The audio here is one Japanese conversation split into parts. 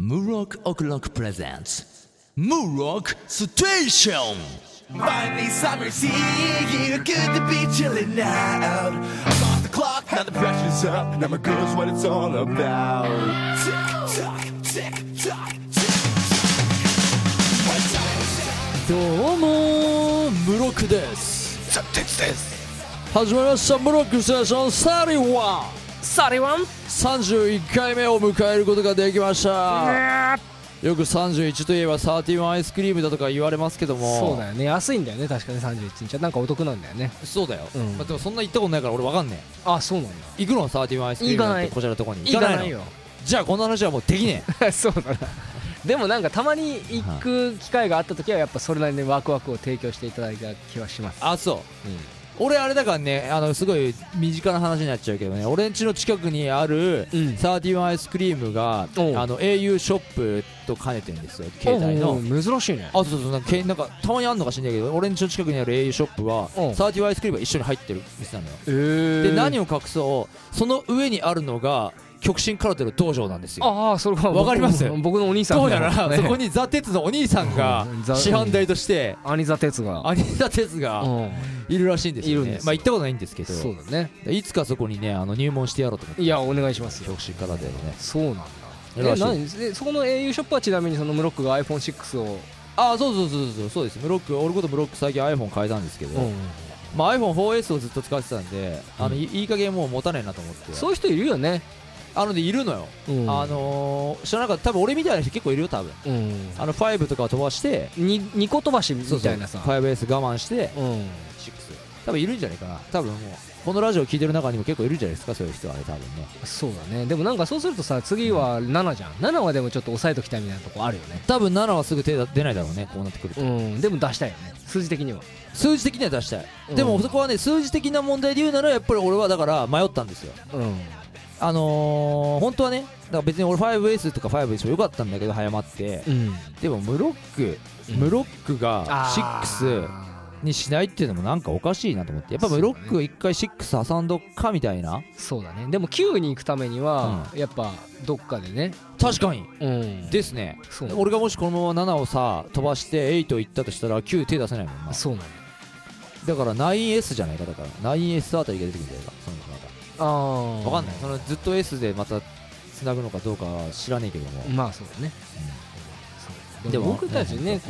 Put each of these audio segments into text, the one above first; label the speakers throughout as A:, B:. A: Murok O'Clock presents Murok Station!
B: Finally, summer's here. Good to be chilling out. I'm off the clock, now the pressure's up. Now my girl's what it's all about. Tick tock, tick tock, tick
C: どうもームロックです
B: トックです。
C: 始まりましたムロックステーションサリワ
D: サリワン
C: ン31回目を迎えることができましたよく31といえばサーティワンアイスクリームだとか言われますけども
E: そうだよね安いんだよね確かね31日はなんかお得なんだよね
C: そうだよ、
E: うん
C: まあ、でもそんな行ったことないから俺わかんね
E: あそうなんだ
C: え行くのサーティワンアイスクリームなんて
D: 行かない
C: こちらのとこにのじゃあこんな話はもうできね え
E: そうだなでもなんかたまに行く機会があった時はやっぱそれなりにワクワクを提供していただいた気はします
C: あそう、俺あれだからねあのすごい身近な話になっちゃうけどね俺ん家の近くにある
E: うん
C: サーティワンアイスクリームが、
E: おう
C: あの au ショップと兼ねてるんですよ携帯の、
E: おうおう珍しいね
C: あそうそうなんかけなんかたまにあんのか知んないけど俺んちの近くにある au ショップは
E: うん
C: サーティワイスクリームが一緒に入ってる店なのよ
E: えー
C: で何を隠そうその上にあるのが極真空手の道場なんですよ
E: ああそれは
C: わかります
E: 僕の僕のお兄さん
C: どう
E: だ
C: や らそこ
E: に
C: にザ・テツのお兄さんが
E: うんザ
C: 師範代として
E: 兄座哲が
C: 兄ザ・テツが
E: うん
C: いるらしいんですよ
E: いるん
C: ね
E: ですよ
C: まあ行ったことないんですけど
E: そうだね
C: いつかそこにねあの入門してやろうと思って
E: いやお願いしますよ
C: 極真空手のね
E: そうなんだ
C: よろ
E: え
C: しい
E: 何えそこの au ショップはちなみにそのムロックが iPhone6 を
C: ああそうそうそうそうそうですムロック俺ことムロック最近 iPhone 変えたんですけど、まあ、iPhone4S をずっと使ってたんであのいいい加減もう持たねえなと思って
E: そういう人いるよね
C: あのでいるのよ、
E: うん
C: あのー知らなかった多分俺みたいな人結構いるよ多分
E: うん
C: あの5とか飛ばして
E: に二個飛ばしみ
C: そうそ
E: た
C: う
E: いなさ
C: 5S 我慢して
E: うん
C: 6多分いるんじゃないかな多分もうこのラジオ聞いてる中にも結構いるんじゃないですかそういう人はね多分ね
E: そうだねでもなんかそうするとさ次は7じゃん7はでもちょっと抑えときたいみたいなとこあるよね
C: 多分7はすぐ手出ないだろうねこうなってくると、
E: うんでも出したいよね数字的には
C: 数字的には出したい、
E: うん
C: でもそこはね数字的な問題で言うならやっぱり俺はだから迷ったんですよ
E: うん
C: あのー、本当はねだから別に俺 5S とか 5S も良かったんだけど早まって、
E: うん
C: でもムロック、
E: うん
C: ムロックが6
E: あ
C: にしないっていうのもなんかおかしいなと思ってやっぱムロック一回6挟んどっかみたいな
E: ーそうだねでも9に行くためには、やっぱどっかでね
C: 確かに
E: うん
C: ですね
E: そう
C: 俺がもしこのまま7をさ飛ばして8行ったとしたら9手出せないもんな
E: そうなの
C: だから 9S じゃないかだから 9S あたりが出てくるんじゃないかそのま
E: ああ
C: たわかんないそのずっと S でまたつなぐのかどうかは知らねえけども、
E: まあそうだね、
C: うん
E: でも
C: でも
E: 僕たちね
C: うん
E: こ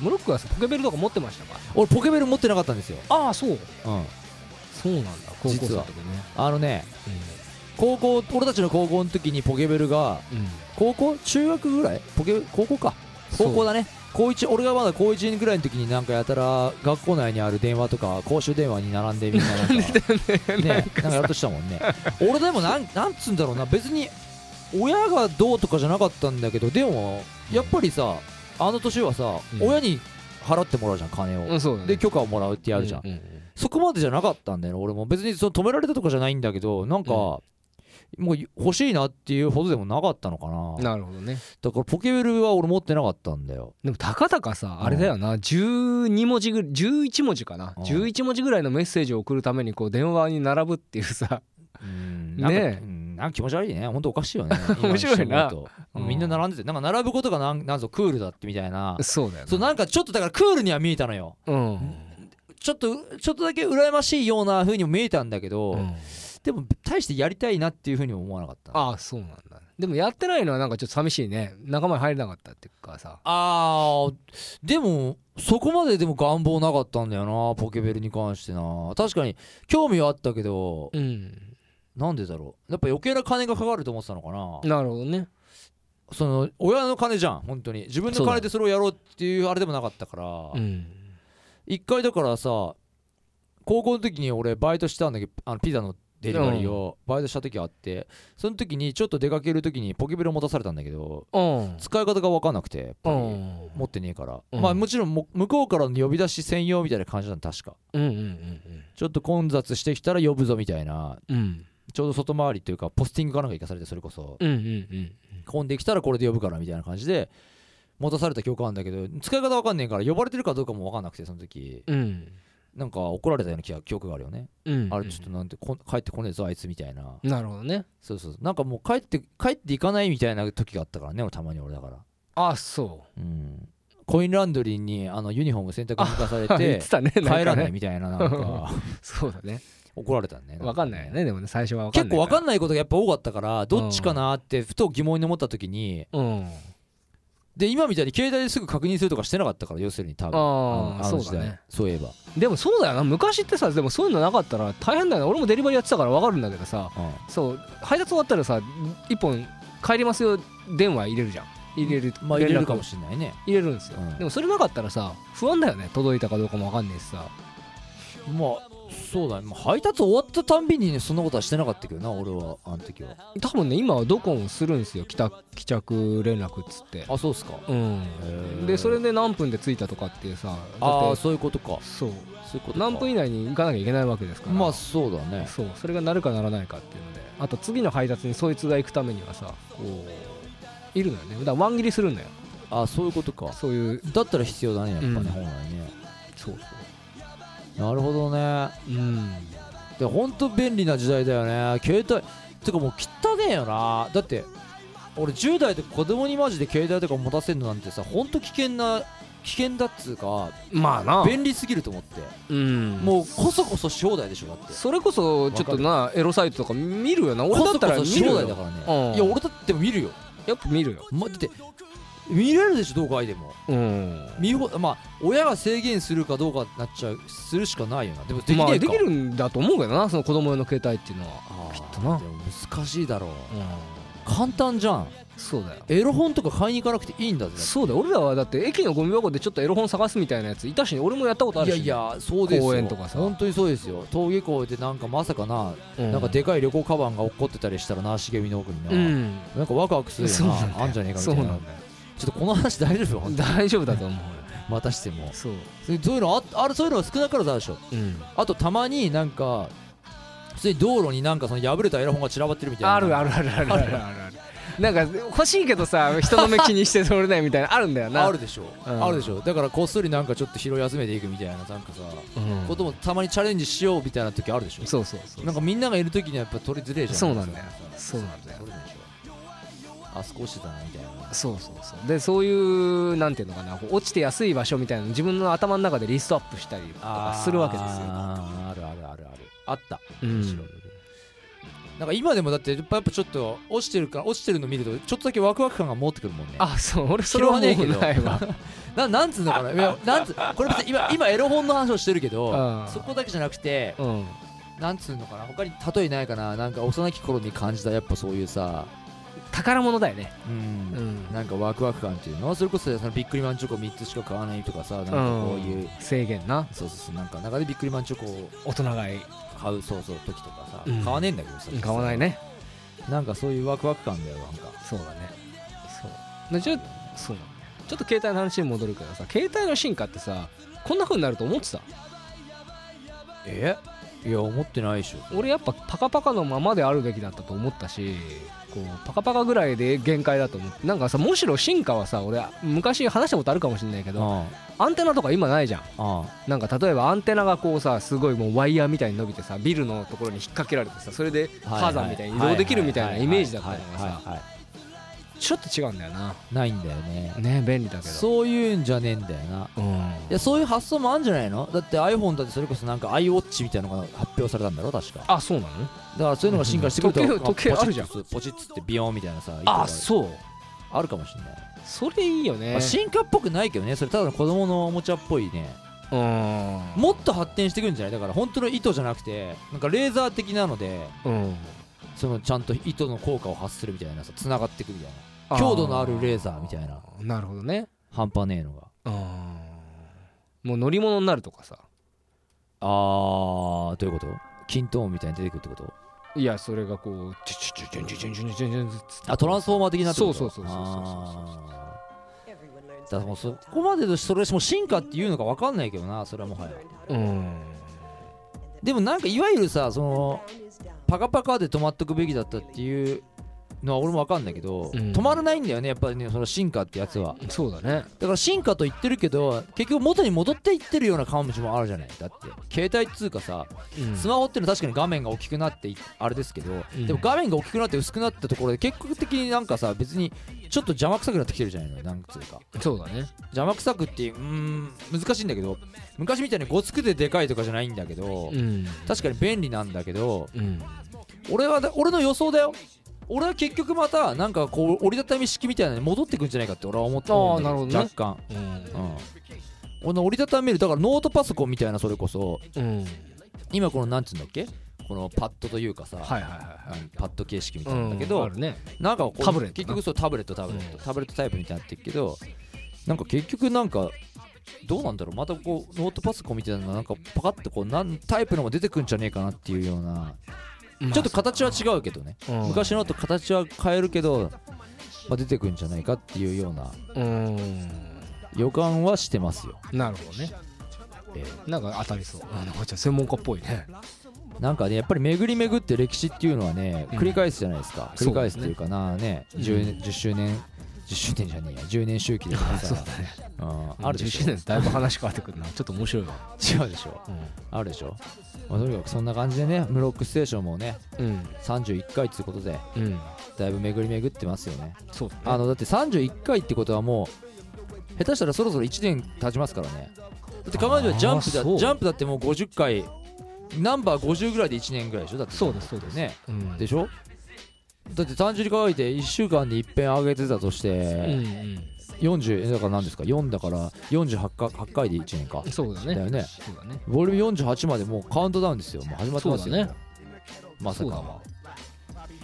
E: う、ムロックはさポケベルとか持ってましたか
C: 俺ポケベル持ってなかったんですよ、
E: ああそう
C: うん、
E: そうなんだ高校生の時ね
C: あのね高校俺たちの高校の時にポケベルが
E: うん、うん
C: 高校中学ぐらいポケ高校か
E: そう
C: 高校だね高一俺がまだ高1ぐらいの時になんかやたら学校内にある電話とか公衆電話に並んでみんな なんかねなんかやろうとしたもんね俺でもなんなんつうんだろうな別に親がどうとかじゃなかったんだけどでもやっぱりさあの年はさ、
E: うん
C: 親に払ってもらうじゃん金を、
E: うん、そうだね
C: で許可をもらうってやるじゃん、
E: ううう
C: そこまでじゃなかったんだよね俺も別にその止められたとかじゃないんだけどなんか、もう欲しいなっていうほどでもなかったのかな
E: なるほどね
C: だからポケベルは俺持ってなかったんだよ
E: でもたかだかさあれだよな12文字ぐ11文字かな
C: うん
E: 11文字ぐらいのメッセージを送るためにこう電話に並ぶっていうさ
C: うんなんか
E: ねえ
C: うんなんか気持ち悪いね本当おかしいよね
E: 面白
C: 今にし
E: いな
C: て思うと
E: うん
C: みんな並んでてなんか並ぶことがなんなんぞクールだってみたいな
E: そうだよ
C: そうなんかちょっとだからクールには見えたのよ
E: うん
C: ちょっとちょっとだけ羨ましいような風にも見えたんだけど、
E: うん
C: でも大してやりたいなっていう風にも思わなかった
E: ああそうなんだでもやってないのはなんかちょっと寂しいね仲間に入れなかったっていうかさ
C: あーでもそこまででも願望なかったんだよなポケベルに関してな確かに興味はあったけど
E: うん
C: なんでだろうやっぱ余計な金がかかると思ってたのかな
E: なるほどね
C: その親の金じゃん本当に自分の
E: そうだ
C: 金
E: よ
C: でそれをやろうっていうあれでもなかったから
E: うん
C: 一回だからさ高校の時に俺バイトしたんだけどあのピザのデリバリーをバイトした時あってその時にちょっと出かける時にポケベルを持たされたんだけど
E: うん
C: 使い方が分かんなくてやっぱ
E: う
C: り
E: ん
C: 持ってねえから、
E: うん
C: まあもちろんも向こうからの呼び出し専用みたいな感じなの確か
E: うんうん
C: ちょっと混雑してきたら呼ぶぞみたいな
E: うんうん
C: ちょうど外回りというかポスティングかなんか行かされてそれこそ
E: うんうん
C: 混んできたらこれで呼ぶからみたいな感じで持たされた記憶あるんだけど使い方わかんねえから呼ばれてるかどうかもわかんなくてその時
E: うんうん
C: なんか怒られたような気が記憶があるよね、
E: うん
C: あれちょっとなんてこん帰ってこねえぞあいつみたいな
E: なるほどね
C: そうそうなんかもう帰って帰っていかないみたいな時があったからねたまに俺だから
E: あそ
C: うんコインランドリーにあのユニフォーム洗濯に行かされ
E: う 言
C: て
E: ってたねなんかね
C: 帰らないみたいななん か
E: そうだね
C: 怒られたね
E: 分かんないよねでもね最初は分かん
C: 結
E: ない
C: 構分か
E: ん
C: んないことがやっぱ多かったからどっちかなってふと疑問に思った時に
E: うん
C: で今みたいに携帯ですぐ確認するとかしてなかったから要するに多分
E: あ
C: のの
E: あそう
C: 時
E: だね
C: 代そういえば
E: でもそうだよな昔ってさでもそういうのなかったら大変だよな俺もデリバリーやってたから分かるんだけどさ
C: うん
E: そう配達終わったらさ1本帰りますよ電話入れるじゃん入れる、
C: まあ入れ
E: 連絡
C: るかもしれないね
E: 入れるんですよ、
C: うん
E: でもそれなかったらさ不安だよね届いたかどうかも分かんないしさ
C: まあそうだね、まあ、配達終わったたんびにねそんなことはしてなかったけどな俺はあの時は
E: 多分ね今はドコモするんですよ帰宅帰着連絡っつって
C: あそうっすか
E: うん
C: ー
E: でそれで何分で着いたとかっていうさだって
C: ああそういうことか
E: そ
C: そう
E: う
C: いうことか
E: 何分以内に行かなきゃいけないわけですから
C: まあそうだね
E: そうそれがなるかならないかっていうのであと次の配達にそいつが行くためにはさこういるのよねだからワン切りするんだよ
C: ああそういうことか
E: そういう
C: だったら必要だねやっぱね、
E: うん
C: 本来ね
E: そうそう
C: なるほどね
E: うん
C: で本当便利な時代だよね携帯てかもう汚ねえよなだって俺10代で子供にマジで携帯とか持たせるのなんてさ本当危険な危険だっつうか
E: まあな
C: 便利すぎると思って
E: うん
C: もうこそこそ正代でしょだって
E: それこそちょっとなエロサイトとか見るよな俺だったら
C: こそこ
E: 見
C: そ正
E: るよ
C: 代だからね、
E: うん
C: いや俺だって見るよ、
E: やっぱ見るよ
C: ま、だって見れるでしょどうかいでも
E: うん
C: 見ほまあ親が制限するかどうかになっちゃうするしかないよなでもできねえか、
E: まあできるんだと思うけどなその子供用の携帯っていうのは
C: あー
E: きっとな
C: でも難しいだろう
E: うん
C: 簡単じゃん
E: そうだよ
C: エロ本とか買いに行かなくていいんだぜ
E: そうだよ俺らはだって駅のゴミ箱でちょっとエロ本探すみたいなやついたしね俺もやったことあ
C: い
E: る
C: や
E: しね
C: いやそうですよ
E: 公園とかさ
C: 本当にそうですよ登下校でなんかまさかな、
E: う
C: なんかでかい旅行カバンが落っこってたりしたらな茂みの奥にな、
E: うん
C: なんかワクワクする
E: そう
C: よ
E: なんだよ
C: なあんじゃねえかみた
E: そう
C: いな
E: なんだよ
C: ちょっとこの話大丈夫本当
E: 大丈夫だと思う
C: またしても
E: そう
C: そういうのああれそういうのが少なからずあるでしょ
E: うん
C: あとたまになんか普通に道路になんかその破れたエロ本が散らばってるみたいな
E: あるあるあるあるあるあるあるなんか欲しいけどさ人の目気にして取れないみたいなあるんだよな
C: あるでしょ、
E: うん
C: あるでしょだからこっそりなんかちょっと拾い集めていくみたいななんかさ、
E: うん
C: こともたまにチャレンジしようみたいな時あるでしょ
E: そうそうそう
C: なんかみんながいる時にはやっぱ取りづれえじゃん
E: そうなんだよそうなんだよ
C: 取れないでしょあそこ押してたなみたいな
E: そうそうそうでそういうなんていうのかなこう落ちて安い場所みたいなの自分の頭の中でリストアップしたりとかするわけですよ
C: あーあるあるあるあるあった、
E: うん
C: むしろなんか今でもだってやっぱやっぱちょっと落ちてるから落ちてるの見るとちょっとだけワクワク感が持ってくるもんね
E: あそう俺それはもう
C: 拾わねえけど
E: ないわ
C: ななんつうのかないやなんつこれ別に今今エロ本の話をしてるけど
E: うん
C: そこだけじゃなくて
E: うん
C: なんつうのかな他に例えないかななんか幼き頃に感じたやっぱそういうさ
E: 宝物だよね
C: うん
E: うん
C: なんかワクワク感っていうのそれこそそのビックリマンチョコ3つしか買わないとかさなんかこういう、
E: 制限な
C: そうそうそうなんか中でビックリマンチョコを
E: 大人買い
C: 買うそうそう時とかさ、
E: うん
C: 買わねえんだけどさ
E: 買わないね
C: なんかそういうワクワク感だよなんか
E: そうだねそうでちょそうなんだよちょっと携帯の話に戻るけどさ携帯の進化ってさこんな風になると思ってた
C: えいや思ってないでしょ
E: 俺やっぱパカパカのままであるべきだったと思ったしこうパカパカぐらいで限界だと思ってなんかさむしろ進化はさ俺昔話したことあるかもしれないけど
C: あ
E: アンテナとか今ないじゃん
C: ああ
E: なんか例えばアンテナがこうさすごいもうワイヤーみたいに伸びてさビルのところに引っ掛けられてさそれで
C: あ
E: 火山みたいに移動できるみたいなイメージだったのが
C: はいは
E: さ
C: いはいはい
E: ちょっと違うんだよな
C: ないんだよね
E: ね便利だけど
C: そういうんじゃねえんだよな
E: うん
C: いやそういう発想もあるんじゃないのだって iPhone だってそれこそなんか iWatch みたいなのが発表されたんだろ確か
E: あそうなの
C: だからそういうのが進化してくると
E: 時計時計あるじゃん
C: ポチッつポチッつってビヨーンみたいなさ
E: あ
C: 糸
E: そう
C: があるかもしれない、
E: それいいよね
C: まあ進化っぽくないけどねそれただの子供のおもちゃっぽいね
E: うん
C: もっと発展していくんじゃないだから本当の糸じゃなくてなんかレーザー的なので
E: うん
C: そのちゃんと糸の効果を発するみたいなさ繋がっていくみたいな強度のあるレーザーみたいな
E: あーなるほどね
C: 半端ねえのが
E: うんもう乗り物になるとかさ
C: あーどういうこと均等みたいに出てくるってこと
E: いやそれがこうチュチュチュチュチュチュチュチュチュチュチュつって
C: あトランスフォーマー的なってこと
E: そうそうそうそうそうそう
C: あーだからもうそこまでのそれもう進化っていうのか分かんないけどなそれはもはや
E: うん
C: でもなんかいわゆるさそのパカパカで止まっとくべきだったっていうのは俺も分かんないけど、
E: うん
C: 止まらないんだよねやっぱりねその進化ってやつは
E: そうだね
C: だから進化と言ってるけど結局元に戻っていってるような顔虫もあるじゃないだって携帯っつうかさ
E: うん
C: スマホっていうのは確かに画面が大きくなっていあれですけど、
E: ん
C: でも画面が大きくなって薄くなったところで結局的になんかさ別にちょっと邪魔くさくなってきてるじゃないのなんつうか
E: そうだね
C: 邪魔くさくっていううーん難しいんだけど昔みたいにごつくてでかいとかじゃないんだけど、
E: うん
C: 確かに便利なんだけど
E: うん
C: 俺はだ俺の予想だよ俺は結局またなんかこう折りたたみ式みたいなのに戻ってくんじゃないかって俺は思って
E: あーなるほどね
C: 若干
E: うん
C: うんこの折りたためるだからノートパソコンみたいなそれこそ
E: うん
C: 今このなんつうんだっけこのパッドというかさ、
E: はいはいはいはい
C: うんパッド形式みたいな
E: うんん
C: だけ
E: あ
C: ど、
E: るね
C: なんかこう
E: タブレットな
C: 結局そうタブレットタブレット、
E: うん
C: タブレットタイプみたいになってるけどなんか結局なんかどうなんだろうまたこうノートパソコンみたいなのがなんかパカッてこうなんタイプのも出てくんじゃねえかなっていうようなちょっと形は違うけどね、
E: うん
C: 昔のと形は変えるけど、まあ、出てくんじゃないかっていうような
E: うん
C: 予感はしてますよ、
E: なるほどね
C: え
E: なんか当たりそうあなんかこっちは専門家っぽいね
C: えなんかねやっぱり巡り巡って歴史っていうのはね
E: うん
C: 繰り返すじゃないですか、繰り返すっていうかなね 10, 年10周年10周年じゃねえや10年周期でさ
E: そうだね
C: うんあるでしょ
E: 10周年だいぶ話変わってくるなちょっと面白いわ
C: 違うでしょあるでしょ、まあ、とにかくそんな感じでね「ムロックステーション」もね
E: うん
C: 31回ということで
E: うん、うん、
C: だいぶ巡り巡ってますよね
E: そうだね
C: あのだって31回ってことはもう下手したらそろそろ1年経ちますからねだって考えてはジャンプ
E: あーそ
C: だ
E: う
C: ジャンプだってもう50回ナンバー50ぐらいで1年ぐらいでしょだって
E: そうですそうです
C: ね
E: うん
C: でしょだって単純に考えて1週間に一遍上げてたとし
E: うん
C: て、40だから何ですか4だから48回 ,8 回で1年か
E: うんそうだね
C: だよね
E: そうだね
C: ボリューム48までもうカウントダウンですよもう始まってますよ
E: そうだね
C: まさ
E: そうだ
C: か
E: わ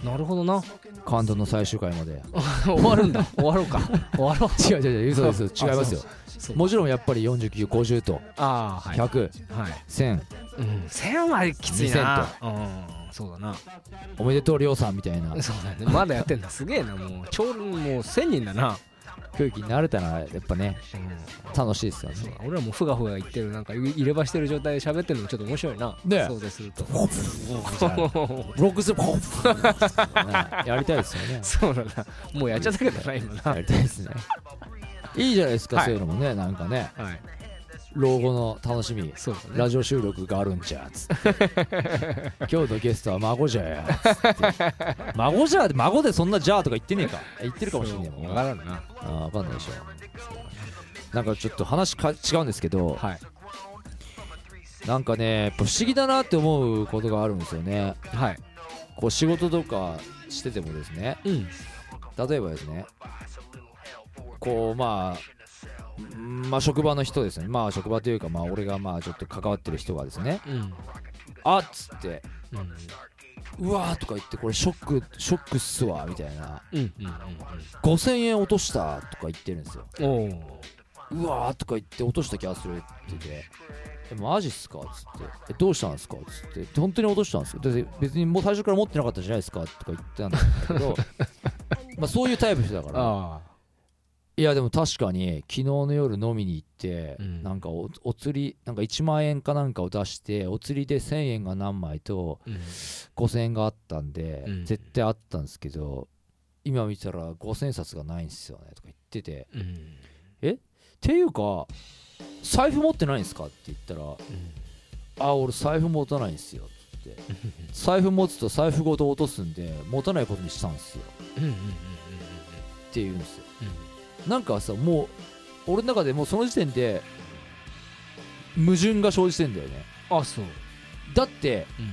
E: なるほどな
C: カウントの最終回まで
E: 終わるんだ終わろうか終わろう
C: 違う違う違う嘘です
E: あ
C: 違いますよ
E: そう
C: もちろんやっぱり4950と
E: ああはい
C: 100100
E: はい、
C: 1000
E: うん、1000はきついなうんそうだな
C: おめでとうりょうさんみたいな
E: そうだよねまだやってんだすげえなもうちょうどもう1000人だな、
C: 空気になれたらやっぱね楽しいですよね
E: 俺らもふがふが言ってるなんか入れ歯してる状態で喋ってるのちょっと面白いな
C: ねえ
E: そうですると
C: ブロックする やりたいですよね
E: そうだなもうやっちゃったけどな今な
C: やりたいですねいいじゃないですか、
E: はい
C: そういうのもねなんかね
E: はい
C: 老後の楽しみ
E: そうだ
C: ラ
E: ね
C: ジオ収録があるんじゃつって 今日のゲストは孫じゃやつって孫じゃで孫でそんなじゃあとか言ってねえか言ってるかもしれないもん
E: わ
C: あ
E: からんな
C: ー分かんないでしょなんかちょっと話か違うんですけど、
E: はい
C: なんかねやっぱ不思議だなって思うことがあるんですよね
E: はい
C: こう仕事とかしててもですね
E: うん
C: 例えばですねこうまあんまあ職場の人ですねまあ職場というかまあ俺がまあちょっと関わってる人がですね
E: うん
C: あっつって
E: うん
C: うわーとか言ってこれショックショックっすわみたいな
E: うんうん
C: 5000円落としたとか言ってるんですよ
E: うんおお
C: うわーとか言って落とした気がするって言ってえマジっすかっつってえどうしたんですかっつってで本当に落としたんですよだって別にもう最初から持ってなかったじゃないですかとか言ってたんだけ どまあそういうタイプの人だから
E: あ
C: いやでも確かに昨日の夜飲みに行って、
E: うん
C: なんかおお釣りなんか1万円かなんかを出してお釣りで1000円が何枚と
E: あうん
C: 5000円があったんで、
E: うん
C: 絶対あったんですけど今見たら5000札がないんですよねとか言ってて
E: うん
C: っていうか財布持ってないんですかって言ったらあ俺財布持たないんですよって言って財布持つと財布ごと落とすんで持たないことにしたんですよ
E: うんうんうん
C: って言うんですよなんかさもう俺の中でもうその時点で矛盾が生じてんだよね
E: うんあそう
C: だって
E: うん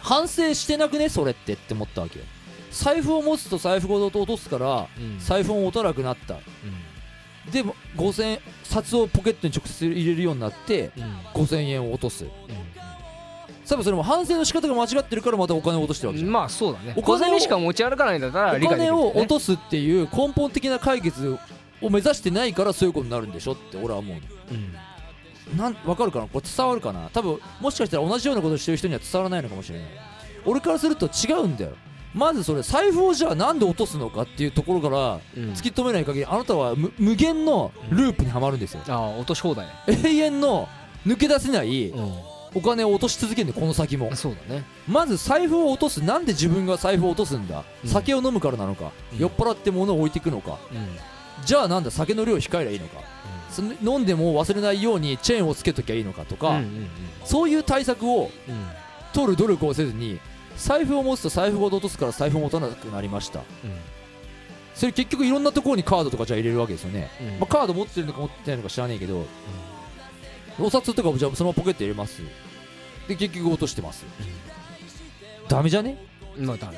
C: 反省してなくねそれってって思ったわけよ財布を持つと財布ごと落とすから
E: うん
C: 財布も持たなくなったでも5000円札をポケットに直接入れるようになって
E: うんうん
C: 5000円を落とす多分それも反省の仕方が間違ってるからまたお金を落としてるわけじゃん
E: まあそうだね
C: お
E: お
C: 金を
E: 金にしか持ち歩かないんだったら
C: お
E: 理解で
C: 金
E: きる
C: を落とすっていう根本的な解決を目指してないからそういうことになるんでしょって俺は思うのなんわかるかなこれ伝わるかな多分もしかしたら同じようなことをしてる人には伝わらないのかもしれない俺からすると違うんだよまずそれ財布をじゃあなんで落とすのかっていうところから
E: うん
C: 突き止めない限りあなたは無無限のループにはまるんですよ
E: ああ落とし放題
C: 永遠の抜け出せない
E: うん
C: お金を落とし続けるんでこの先も
E: そうだね
C: まず財布を落とすなんで自分が財布を落とすんだ、
E: うん
C: 酒を飲むからなのか、
E: うん
C: 酔っ払って物を置いていくのか
E: うん
C: じゃあなんだ酒の量を控えりゃいいのか、その飲んでも忘れないようにチェーンをつけときゃいいのかとか、
E: うんうん
C: そういう対策を
E: うんうん
C: 取る努力をせずに財布を持つと財布ごと落とすから財布を持たなくなりましたそれ結局いろんなところにカードとかじゃあ入れるわけですよね、
E: うん
C: まあ、カード持ってるのか持ってないのか知らないけど、お札とかもじゃあそのままポケット入れますで結局落としてます、ダメじゃね
E: うんまあダメ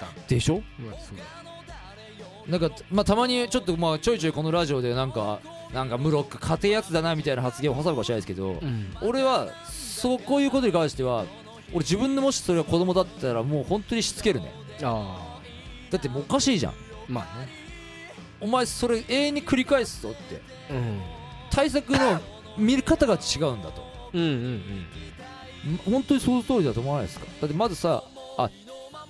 E: だ
C: でしょ
E: ダメまあそう
C: な
E: だ
C: んか、まあ、たまにちょっと、まあ、ちょいちょいこのラジオでなんかなんかムロック家庭やつだなみたいな発言を挟むかもしれないですけど、
E: うん
C: 俺はそうこういうことに関しては俺自分でもしそれが子供だったらもう本当にしつけるね
E: あ
C: だってもうおかしいじゃん
E: あまあね
C: お前それ永遠に繰り返すぞって
E: うん
C: 対策の見方が違うんだと
E: うんうんうん
C: ん本当にその通りだと思わないですかだってまずさあ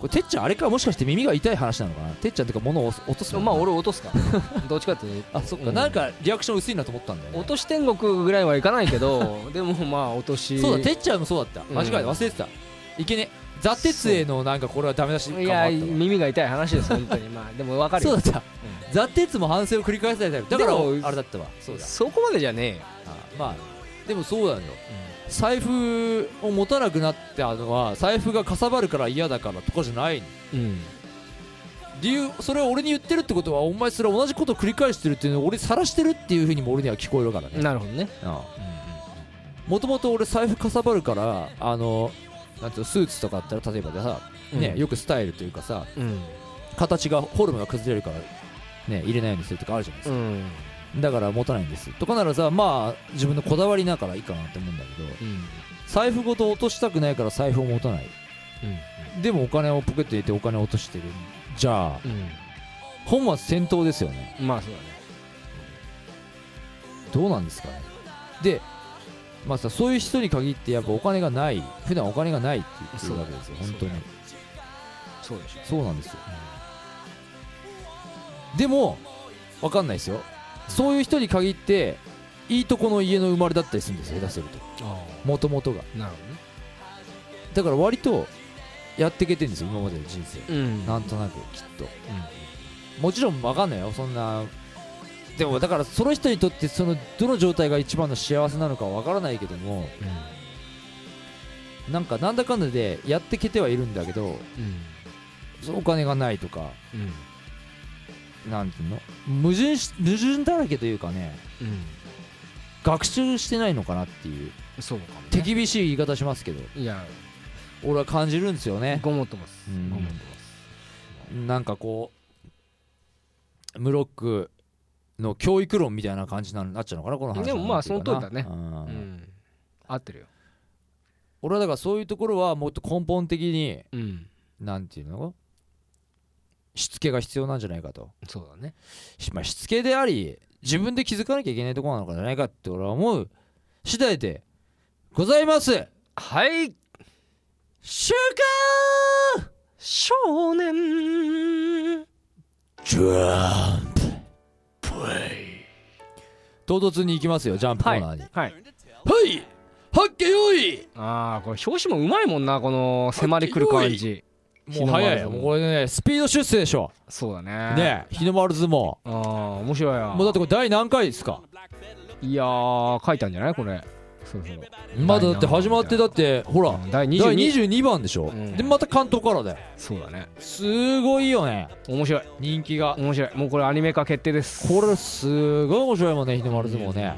C: これてっちゃんあれかもしかして耳が痛い話なのかなてっちゃんってか物を落とすのかな
E: まあ俺落とすからどっちかっていうと
C: あそっか、
E: うん
C: なんかリアクション薄いなと思ったんだよ、ね
E: 落、とし天国ぐらいはいかないけどでもまあ落とし
C: そうだてっちゃんもそうだった
E: うん
C: 間違えた忘れてたいけねザ・鉄へのなんかこれはダメ出し感
E: い
C: もあ
E: や
C: ったわ
E: 耳が痛い話です本当にまあでも分かる
C: そ
E: よ
C: うだったザ・鉄も反省を繰り返されたよだから
E: でも
C: あれだったわそうだ
E: そこまでじゃねえよ
C: あまあでもそうなのよ財布を持たなくなったのは財布がかさばるから嫌だからとかじゃないの
E: うん
C: 理由それを俺に言ってるってことはお前それ同じことを繰り返してるっていうのを俺晒してるっていうふうにも俺には聞こえるからね
E: なるほどね
C: もともと俺財布かさばるからあのなんていうのスーツとかだったら例えばでさ、ねよくスタイルというかさ
E: うん
C: 形がフォルムが崩れるから、ね、入れないようにするとかあるじゃないです
E: う
C: か、
E: ん
C: だから持たないんですとかならさまあ自分のこだわりだからいいかなって思うんだけど
E: うん
C: 財布ごと落としたくないから財布を持たないでもお金をポケットに入れてお金を落としてるじゃあ
E: う
C: 本末転倒ですよね
E: んまあそう
C: どうなんですかねでまあさそういう人に限ってやっぱお金がない普段お金がないって言ってるわけですよ
E: そう
C: 本当に
E: だねそうでしょ
C: そうなんですよ、でもわかんないですよそういう人に限っていいとこの家の生まれだったりするんですよ下手すると
E: あ
C: もともとが
E: あなるほ
C: だから割とやっていけてるんですよ今までの人生、
E: どねうん
C: なんとなくきっと、もちろんわかんないよそんなでもだからその人にとってそのどの状態が一番の幸せなのかはわからないけどもなんかなんだかんだでやってけてはいるんだけど
E: うん
C: そのお金がないとか
E: うん
C: なんていうの矛盾し矛盾だらけというかね
E: うん
C: 学習してないのかなっていう
E: そうかもね
C: 手厳しい言い方しますけど
E: いや
C: 俺は感じるんですよね
E: ごもっとます
C: う
E: ご
C: ん
E: もっとます
C: なんかこうムロックの教育論みたいな感じになっちゃうのかなこの話
E: でもまあその通りだね
C: うん
E: うん合ってるよ
C: 俺はだからそういうところはもっと根本的に
E: うん
C: なんていうのしつけが必要なんじゃないかと、
E: そうだね
C: しまあ、しつけであり自分で気づかなきゃいけないところなのかじゃないかって俺は思う次第でございます
E: はい
C: 週刊
E: 少年
C: 唐突に行きますよジャンプコ
E: は
C: ー
E: い
C: ナーに
E: はい
A: はい発見よい
E: ああこれ表紙もうまいもんなこの迫り来る感じ
C: もう早いよもうこれねスピード出世でしょ
E: そうだね
C: ねえ日の丸相撲も
E: ああ面白いよ
C: うだってこれ第何回ですか
E: いやー書いたんじゃないこれそろそろ
C: まだだって始まってだってほら第
E: 第22
C: 22番でしょ
E: うん
C: でまた関東からだよ
E: そうだね
C: すごいよね
E: 面白い
C: 人気が
E: 面白いもうこれアニメ化決定です
C: これすごい面白いもんね日の丸相撲ね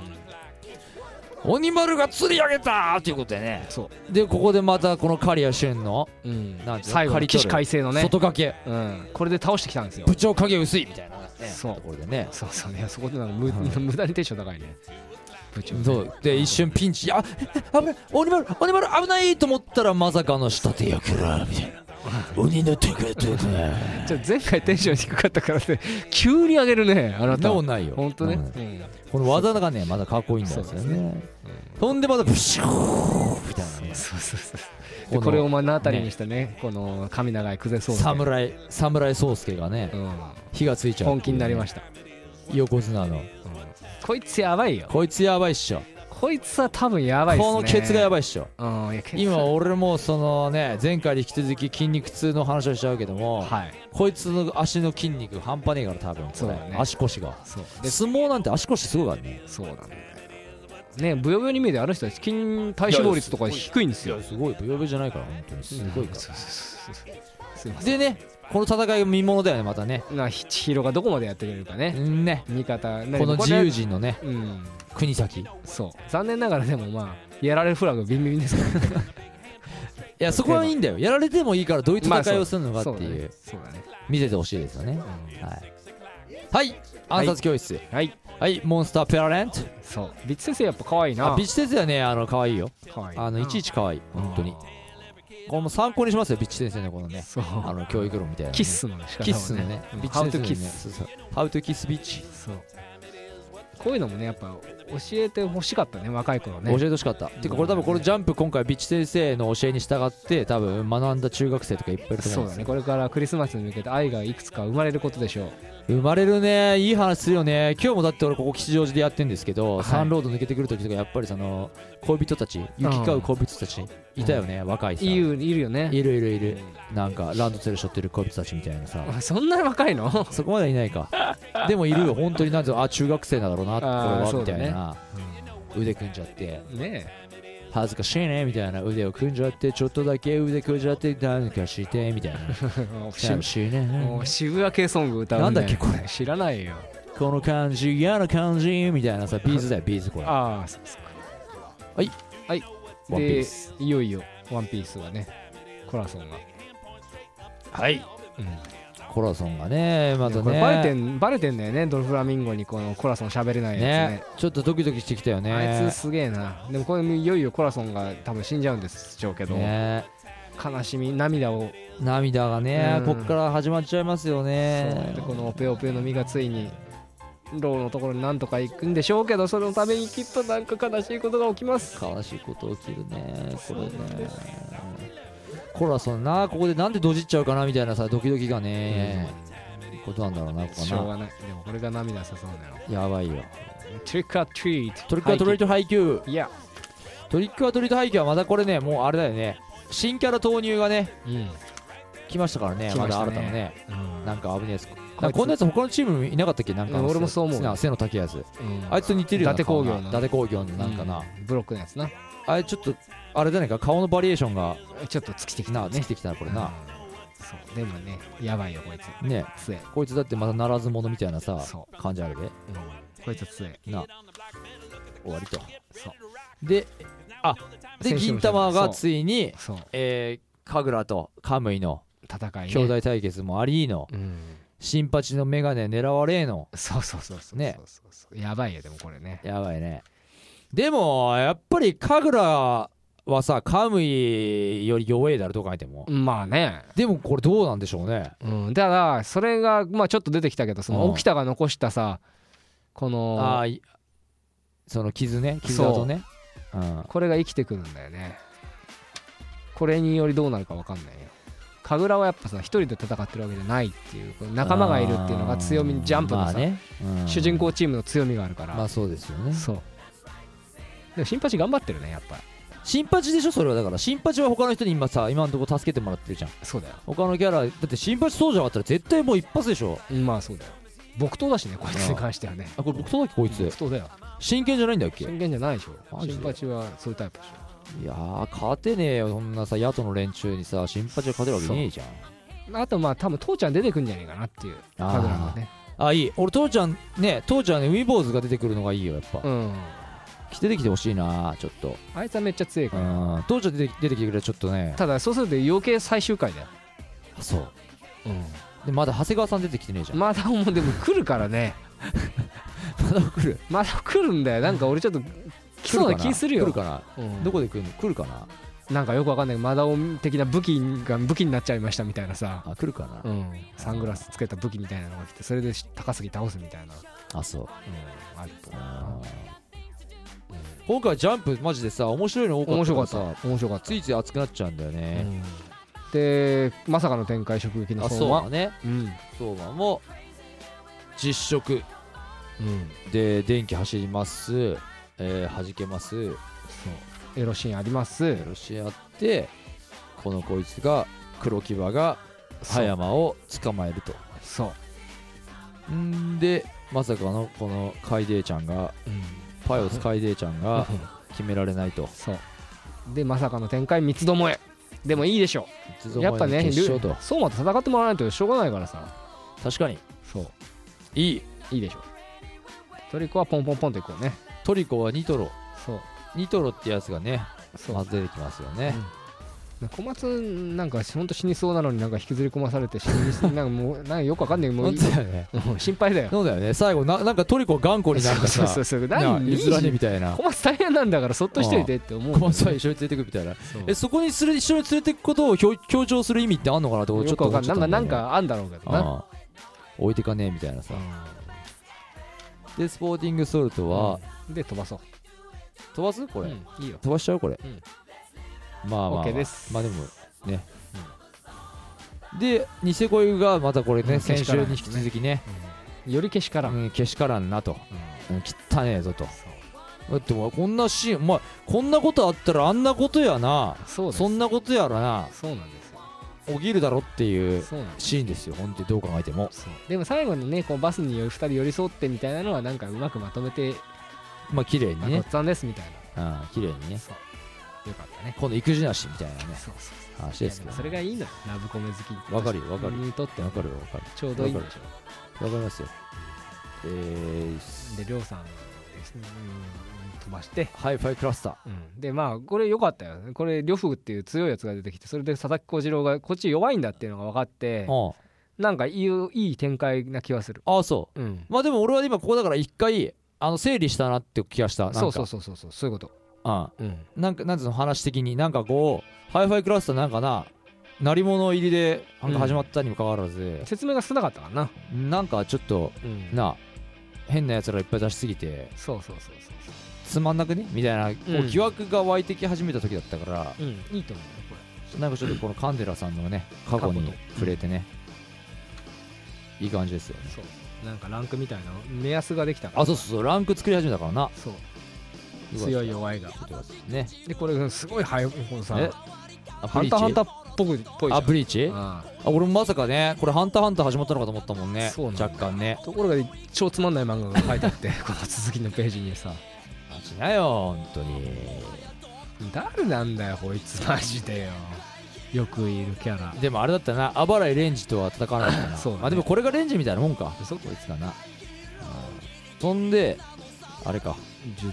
C: 鬼丸が釣り上げたーっていうことでね
E: そ
C: でここでまたこの刈谷俊の
E: う、うん
C: なんていうの
E: 最後
C: 刈
E: の
C: り
E: 起
C: 取る
E: 死回生のね、
C: 外掛け
E: うん、これで倒してきたんですよ
C: 部長影薄いみたいなね
E: そう
C: ところでね
E: そうそうねそこでなんか無,、
C: う
E: 無駄にテンション高いね部長ね
C: そうで一瞬ピンチあえ危ない鬼丸鬼丸危ないと思ったらまさかの下手役
B: らみたいな鬼の手が出てない
E: じゃあ前回テンション低かったからね急に上げるねあな
C: で
E: た
C: もないよ
E: 本当ね、
C: うん
E: うん
C: この技がねまだかっこいいんだよ
E: そうです
C: ねそんでまたブシューみたいなね
E: そうそうそ
C: こ
E: うで
C: の
E: これを目の当たりにしてねこの髪長い崩れそう
C: 侍侍宗介がね
E: うん、
C: 火がついちゃう
E: 本気になりま
C: し
E: した、
C: た横綱の
E: こいつやばいよ
C: こいつやばいっしょ
E: こいつは多分やばいっすね
C: このケツがや
E: ばい
C: ばいっしょ
E: うんいやケツ
C: 今俺もそのね前回に引き続き筋肉痛の話をしちゃうけども、
E: はい
C: こいつの足の筋肉半端ねえから多分これ
E: そうだね
C: 足腰が
E: そうで
C: 相撲なんて足腰すごいからね
E: そうなんだよねぶよぶよに見えてあの人たち筋体脂肪率とか低いんです
C: い
E: よ
C: やすごいブヨブヨじゃないから本当にすごいか
E: そうそうそうそうすいま
C: ら
E: せん
C: でねこの戦いが見ものだよねまたね
E: なひヒーローがどこまでやってくれるかね
C: うんね
E: 味方
C: この自由
E: 人
C: 人のね
E: うん
C: 国崎い
E: そう残念ながらでもまあやられるフラグビンビンですから
C: やそこはいいんだよやられてもいいからどういう戦いをするのか
E: そ
C: っ
E: う
C: て
E: だ
C: い
E: ね
C: う
E: そうだね
C: 見せてほしいですよねはいはい暗殺教室
E: はい
C: はいモンスターペアレント
E: そうビッチ先生やっぱ可愛いな
C: あビッチ先生はねあの可愛いよ
E: 可愛い
C: あのいちい
E: ち
C: ち可愛い本当にこれも参考にしますよビッチ先生のこのね
E: そう
C: あの教育論みたいなね
E: キッスの仕方をね
C: キッスのね
E: うん
C: ビッチ
E: How
C: 先生
E: to
C: の
E: kiss
C: ねそうそう How to kiss ビッチ
E: そうこういうのもねやっぱ教えてほしかったね若い頃ね
C: 教えてほしかった、てかこれ多分これジャンプ今回ビッチ先生の教えに従って多分学んだ中学生とかいっぱいいると
E: そ
C: 思
E: う
C: うんです
E: だね
C: よ
E: これからクリスマスに向けて愛がいくつか生まれることでしょう
C: 生まれるねいい話するよね今日もだって俺ここ吉祥寺でやってんですけど、
E: はい
C: サンロード抜けてくる時とかやっぱりその恋人たち行き交う恋人たちいたよね、若いさ
E: いるいるよね
C: いるいるいるなんかランドセル背負ってる恋人たちみたいなさ
E: あそんな に若いの
C: そこまではいないかでもいるよ本当になんていうのあ中学生なんだろうなこれ
E: あー
C: は
E: そ
C: み
E: うだ
C: た
E: ね
C: いな、腕組んじゃって
E: ね
C: 恥ずかしいねみたいな腕を組んじゃってちょっとだけ腕組んじゃって何かしてみた いな
E: えもう
C: 寂 しいね
E: もう渋谷系ソング歌う
C: なんだっけこれ
E: 知らないよ
C: この感じ嫌な感じみたいなさビーズだよビーズこれワ
E: ああそうそう
C: はい
E: はい
C: ンピー
E: で
C: ス
E: いよいよワンピースはねコラソンが
C: はい
E: うん
C: コラソンがねま
E: で
C: た
E: もこれバレて
C: ね
E: んバレてんだよねドルフラミンゴにこのコラソン喋れないやつね
C: ねちょっとドキドキしてきたよ
E: あい
C: ね
E: つすげえなでもこれいよいよコラソンが多分死んじゃうんですしょうけど、
C: ね
E: 悲しみ涙を、
C: 涙がね
E: うん
C: こっから始まっちゃいますよね
E: そうでこのペヨペヨの実がついにローのところになんとか行くんでしょうけどそのためにきっとなんか悲しいことが起きます
C: 悲しいこと起きるねこれねコラソンなここでなんでどじっちゃうかなみたいなさドキドキがね、ことなんだろうなここ
E: しょう
C: な
E: がないでもこれが涙さそうなの
C: やばいよ
E: トリックアトリート
C: トリックアトリート配給、
E: トいや
C: トリックアトリート配給はまだこれねもうあれだよね新キャラ投入がね
E: うん、うん、
C: 来ましたからね
E: 来
C: ま
E: ましたね
C: だ新たなねなんか危ねえです
E: こ
C: ないんか
E: つ
C: こんなやつ他のチームいなかったっけなんかあの
E: うん俺もそう思う
C: な背の高いやつ
E: うん
C: あいつと似てるよな
E: 伊達工業の
C: 顔が伊達工業のなんかな、
E: うんブロックのやつな
C: あれちょっとあれだねか顔のバリエーションが
E: ちょっと尽きてき
C: な
E: た
C: つ
E: ね
C: きてきたなこれな、
E: うんそうでもねやばいよこいつ
C: ね
E: 杖
C: こいつだってまたならず者みたいなさ
E: そ
C: 感じあるで
E: う、うん、こいつ杖
C: な終わりと
E: そう
C: であで
E: 選手の
C: 銀玉
E: そ
C: が
E: う
C: ついに
E: そう
C: えー、神楽とカムイの
E: 戦いね
C: 兄弟対決もありーの
E: うん
C: 新八のメガネ狙われーの
E: そうそうそうそう
C: ね
E: そうそうやばいよでもこれね
C: やばいねでもやっぱり神楽はさカムイより弱えだろどう考えても
E: まあね
C: でもこれどうなんでしょうね
E: うんだからそれがまあちょっと出てきたけどその
C: うん
E: 沖田が残したさこ
C: あ
E: の
C: あいその傷ね傷跡ねうん
E: これが生きてくるんだよねこれによりどうなるか分かんないよ神楽はやっぱさ一人で戦ってるわけじゃないっていうこの仲間がいるっていうのが強み
C: あー
E: ジャンプの
C: まあ
E: さ
C: ねうん
E: 主人公チームの強みがあるから
C: まあそうですよね
E: そうでも新八頑張ってるねやっぱ
C: 新八でしょそれはだから新八は他の人に今さ今のところ助けてもらってるじゃん
E: そうだよ
C: 他のキャラだって新八そうじゃなかったら絶対もう一発でしょ
E: まあそうだよ木刀だしねこいつに関してはね
C: あこれ僕とだっけこい
E: 木
C: つ
E: 刀だよ
C: 真剣じゃないんだっけ
E: 真剣じゃないでしょ
C: マジで
E: 新八はそういうタイプでし
C: いやー勝てねえよそんなさ野党の連中にさ新八は勝てるわけねえじゃん
E: ょあとまあ多分父ちゃん出てくんじゃねえかなっていう
C: あー
E: 神楽がね
C: あいい俺父ちゃんね父ちゃんねウィボーズが出てくるのがいいよやっぱ、
E: うん
C: 出てきてほしいなちょっと
E: あいつはめっちゃ強いか
C: う
E: ら
C: ん父ちゃん出て出てきてくれたらちょっとね
E: ただそうすると余計最終回だよ
C: そうでまだ長谷川さん出てきてねえじゃん
E: まだもうでも来るからね
C: まだ 来る
E: まだ来るんだよなんか俺ちょっと来そうな気するよ
C: 来るかな
E: うん
C: どこで来るの来るかな
E: なんかよくわかんないマダオ的な武器が武器になっちゃいましたみたいなさ
C: あ来るかな、
E: うんサングラスつけた武器みたいなのが来てそれで高杉倒すみたいな
C: あそう
E: うんあると
C: あー今回ジャンプマジでさ面白いの多かった
E: 面白かっ
C: らさ
E: た面白かった
C: ついつい熱くなっちゃうんだよね、
E: でまさかの展開直撃の
C: あ
E: 相
C: そう
E: 馬
C: だね
E: うん
C: 相馬も実食
E: うん
C: で電気走ります、ええー、弾けますよ
E: エロシーンあります
C: ろしあってこのこいつが黒木場が葉山を捕まえると
E: そ
C: んでまさかのこの楓ちゃんが
E: う、うん、
C: パイオツ楓ちゃん が決められないと
E: そうでまさかの展開三つどもえでもいいでしょ
C: いつぞ
E: う
C: や
E: や
C: っ
E: っ
C: ぱ
E: ぱ
C: ね
E: ね
C: 決勝と
E: そうまと戦ってもらわないとしょうがないからさ
C: 確かに
E: そう
C: いい
E: いいでしょうトリコはポンポンポンといこうね
C: トリコはニトロ
E: そう
C: ニトロってやつがね
E: そう
C: まず出てきますよね
E: 小松なんかほんと死にそうなのになんか引きずり込まされて死 にそうなんかもうなんかよくわかんないもう
C: 本当だよね
E: もう心配だよ
C: そうだよね最後ななんかトリコ頑固になるか
E: そうそ
C: さ
E: うそう
C: な
E: 何
C: 譲らねえみたいな
E: 小松大変なんだからそっとしといてって思うんだよ
C: 小松
E: ね
C: は一緒に連れてくみたいな
E: そう
C: えそこにする一緒に連れてくことを強強調する意味ってあんのかなって俺ちょ
E: よ
C: っ
E: く
C: と
E: わ
C: 思
E: か
C: っ
E: ん
C: ち
E: な
C: ゃ
E: い
C: った
E: な
C: だよ
E: んかなん
C: ね
E: かあんだろうけどな
C: ああ置いてかねえみたいなさでスポーティングソルトは
E: うんで飛ばそう
C: 飛ばすこれ
E: うんいいよ
C: 飛ばしちゃうこれ、
E: うん
C: まあまあまあ、
E: OK です
C: まあでもね、でニセコイがまたこれね、
E: うん
C: 先
E: けし
C: 週
E: から
C: に
E: ん
C: 引き続きね、
E: よりけしから
C: うんん、けしからんなと、うん、汚ねえぞと
E: そ
C: だ
E: う
C: ってお前こんなシーンお前こんなことあったらあんなことやな
E: そうです
C: そんなことやらな
E: そうなんですよ
C: 起きるだろっていう
E: そうなんです
C: シーンですよ本当にどう考えても
E: そうでも最後にねこうバスによる2人寄り添ってみたいなのはなんかうまくまとめて
C: まあ綺麗
E: 「あ
C: に
E: ごっ
C: ね
E: つぁんです」みたい
C: うん綺麗に
E: な
C: ね
E: そうよかったね
C: 今度育児なしみたいなね
E: そうそうそう
C: 話
E: い
C: で
E: や
C: す
E: で
C: けど
E: もそれがいいのよラブコメ好き
C: わかるよわかるよ
E: にとって
C: わ
E: は
C: かるよわかる
E: ちょうどいいんでしょ
C: わかりますよえー、
E: でりょうさんですねうん飛ばして
C: ハイファイクラスター
E: うんでまあこれ良かったよねこれ呂布っていう強いやつが出てきてそれで佐々木小次郎がこっち弱いんだっていうのが分かって
C: うん
E: なんかいいいい展開な気はする
C: ああそ
E: うん
C: うまあでも俺は今ここだから一回あの整理したなって気がしたなんか
E: そうそうそうそうそうそういうこと
C: うん
E: うん
C: なんかなんていうの話的になんかこうハイファイクラスターなんかな鳴り物入りでなんか始まったにもかかわらず、
E: 説明が少なかったからな
C: なんかちょっと
E: うん
C: な変なやつらいっぱい出しすぎて
E: そうそうそうそうそ
C: つまんなくねみたいな、こう
E: うん
C: 疑惑が湧いてき始めた時だったから
E: ううんいいと思うよこれ
C: なんかちょっとこのカンデラさんのね過去
E: 過去
C: に
E: と
C: 触れてねいい感じですよね
E: そうなんかランクみたいな目安ができたから
C: あそうそうそうランク作り始めたからな
E: そう強い弱いが
C: ね
E: でこれすごい早いこのさ
C: えあ
E: ハ
C: ブリー
E: ンター
C: チ
E: ハンターっぽくぽいじゃ
C: あ
E: ん
C: ブリーチ
E: あ
C: あ俺もまさかねこれ「ハンターハンター」始まったのかと思ったもんね
E: そうなんだ
C: 若干ね
E: あところが超つまんない漫画が書いてあって この続きのページにさ
C: マジなよ本当に
E: 誰なんだよこいつマジでよよくいるキャラ
C: でもあれだったなあばらいレンジとは戦わなかったな
E: そうだね
C: まあでもこれがレンジみたいなもんか
E: そ
C: こいつだなうん飛んであれか
E: 柔道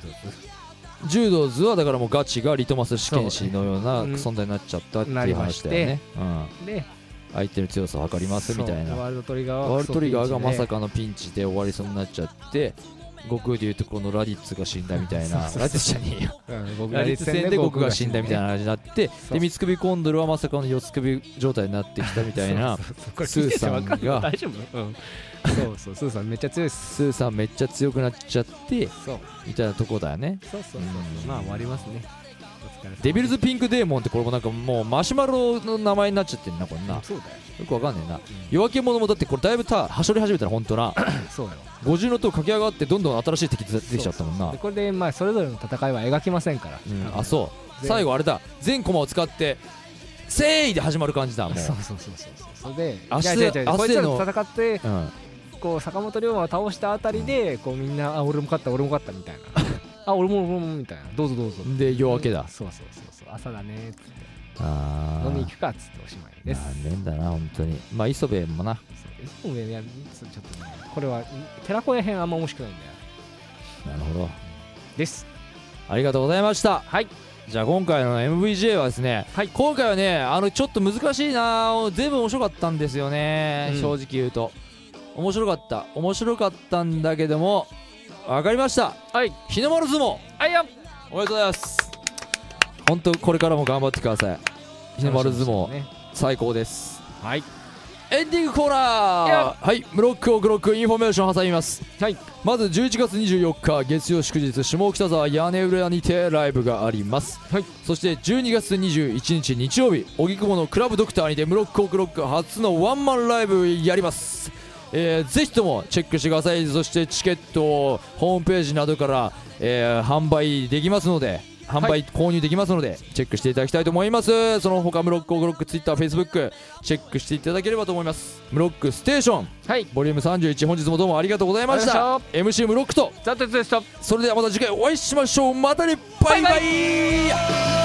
C: 柔道図はだからもうガチがリトマス試験紙のような
E: そうねうん
C: 存在になっちゃったっていう話だよね、うん、
E: で
C: 相手の強さを測りますみたいな
E: そうワールドトリガーは
C: ワールドトリガーがまさ
E: か
C: かのピンチで終わりそうになっちゃって悟空でいうとこのラディッツが死んだみたいなラディッツじゃねえよラディッツ戦で悟空が死んだみたいな話になって
E: そう
C: で三つ首コンドルはまさかの四つ首状態になってきたみたいな スーさんが
E: 大丈夫うんそうそうスーさんめっちゃ強いっす
C: スーさんめっちゃ強くなっちゃって
E: そう
C: みたいなとこだよね
E: そうそうそう
C: うん
E: まあ終わりますねお疲れ様
C: デビルズ・ピンク・デーモンってこれもなんかもうマシュマロの名前になっちゃってんなこれな
E: う
C: よ
E: んそうだよ
C: くわかんねえな
E: うん
C: 夜明け者もだってこれだいぶたはしょり始めたらほんと な
E: そうよ
C: 50の塔駆け上がってどんどん新しい敵出てきちゃったもんな
E: でこれでまあそれぞれの戦いは描きませんから
C: うんあそう
E: 全
C: 最後あれだ全コマを使って「せーい!」で始まる感じだもう
E: そうそうそうそうそうそれで
C: 明日
E: いやいやいや
C: 明
E: こい
C: 日へ
E: つら
C: の
E: と戦って
C: うん
E: こう坂本龍馬を倒したあたりでこうみんなあ俺も勝った俺も勝ったみたいな あ俺も俺もみたいなどうぞどうぞ
C: で夜明けだ
E: そうそうそうそう朝だねーっつって
C: あ
E: 飲みに行
C: あ
E: くかっつっておしまいです
C: 念だな本当にまあ磯部もな
E: そうそうねいやちょっとねこれは寺子屋編あんま面白くないんだよ
C: なるほど
E: です
C: ありがとうございました
E: はい
C: じゃあ今回の MVJ はですね、
E: はい
C: 今回はねあのちょっと難しいな全部面白かったんですよね、
E: うん
C: 正直言うと面白かった面白かったんだけども分かりました
E: はい
C: 日の丸相撲
E: はいよ
C: おめでとうございます本当これからも頑張ってください日の丸相撲、
E: ね
C: 最高です
E: はい
C: エンディングコーナ
E: い
C: ー
E: や
C: はいブロックオクロックインフォメーション挟みます
E: はい
C: まず11月24日月曜祝日下北沢屋根裏にてライブがあります、
E: はい
C: そして12月21日日曜日荻窪のクラブドクターにてブロックオクロック初のワンマンライブやりますえーぜひともチェックしてくださいそしてチケットをホームページなどから、えー販売できますので販売、
E: は
C: 購入できますのでチェックしていただきたいと思いますその他ムロックオブロックツイッターフェイスブックチェックしていただければと思いますムロックステーション
E: はい
C: ボリューム31本日もどうもありがとうございました
E: ありがと
C: MC ムロックと
E: ザ・鉄でした
C: それではまた次回お会いしましょうまたねバイバイ